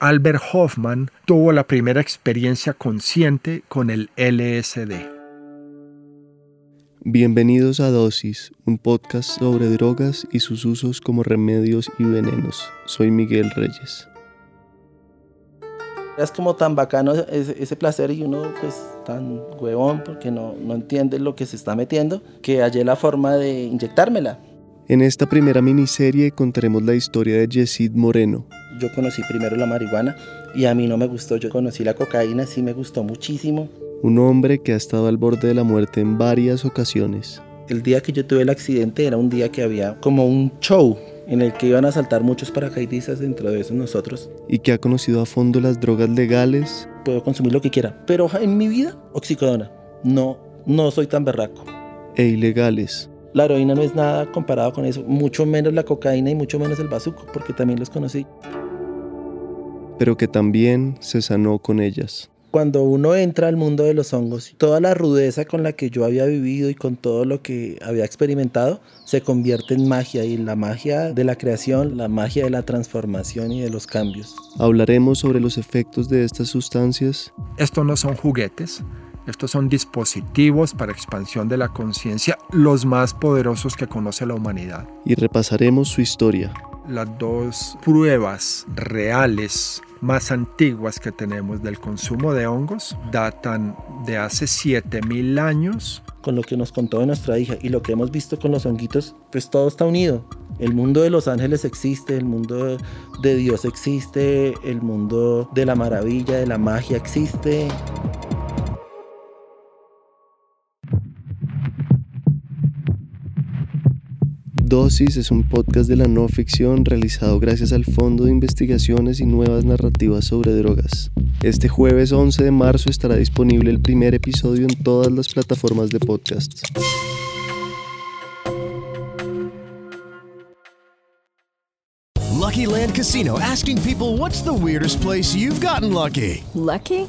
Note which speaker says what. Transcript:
Speaker 1: Albert Hoffman tuvo la primera experiencia consciente con el LSD.
Speaker 2: Bienvenidos a Dosis, un podcast sobre drogas y sus usos como remedios y venenos. Soy Miguel Reyes.
Speaker 3: Es como tan bacano ese, ese placer y uno pues tan huevón porque no, no entiende lo que se está metiendo que hallé la forma de inyectármela.
Speaker 2: En esta primera miniserie contaremos la historia de Yesid Moreno.
Speaker 3: Yo conocí primero la marihuana y a mí no me gustó, yo conocí la cocaína, sí me gustó muchísimo.
Speaker 2: Un hombre que ha estado al borde de la muerte en varias ocasiones.
Speaker 3: El día que yo tuve el accidente era un día que había como un show en el que iban a saltar muchos paracaidistas dentro de esos nosotros.
Speaker 2: Y que ha conocido a fondo las drogas legales.
Speaker 3: Puedo consumir lo que quiera, pero en mi vida, oxicodona. No, no soy tan berraco.
Speaker 2: E ilegales.
Speaker 3: La heroína no es nada comparado con eso, mucho menos la cocaína y mucho menos el bazuco, porque también los conocí.
Speaker 2: Pero que también se sanó con ellas
Speaker 3: cuando uno entra al mundo de los hongos, toda la rudeza con la que yo había vivido y con todo lo que había experimentado se convierte en magia y en la magia de la creación, la magia de la transformación y de los cambios.
Speaker 2: Hablaremos sobre los efectos de estas sustancias.
Speaker 1: Estos no son juguetes, estos son dispositivos para expansión de la conciencia, los más poderosos que conoce la humanidad.
Speaker 2: Y repasaremos su historia
Speaker 1: las dos pruebas reales más antiguas que tenemos del consumo de hongos datan de hace 7000 años.
Speaker 3: Con lo que nos contó de nuestra hija y lo que hemos visto con los honguitos, pues todo está unido. El mundo de los ángeles existe, el mundo de Dios existe, el mundo de la maravilla, de la magia existe.
Speaker 2: Dosis es un podcast de la no ficción realizado gracias al Fondo de Investigaciones y Nuevas Narrativas sobre Drogas. Este jueves 11 de marzo estará disponible el primer episodio en todas las plataformas de podcast.
Speaker 4: Lucky Land Casino asking people what's the weirdest place you've gotten lucky?
Speaker 5: Lucky?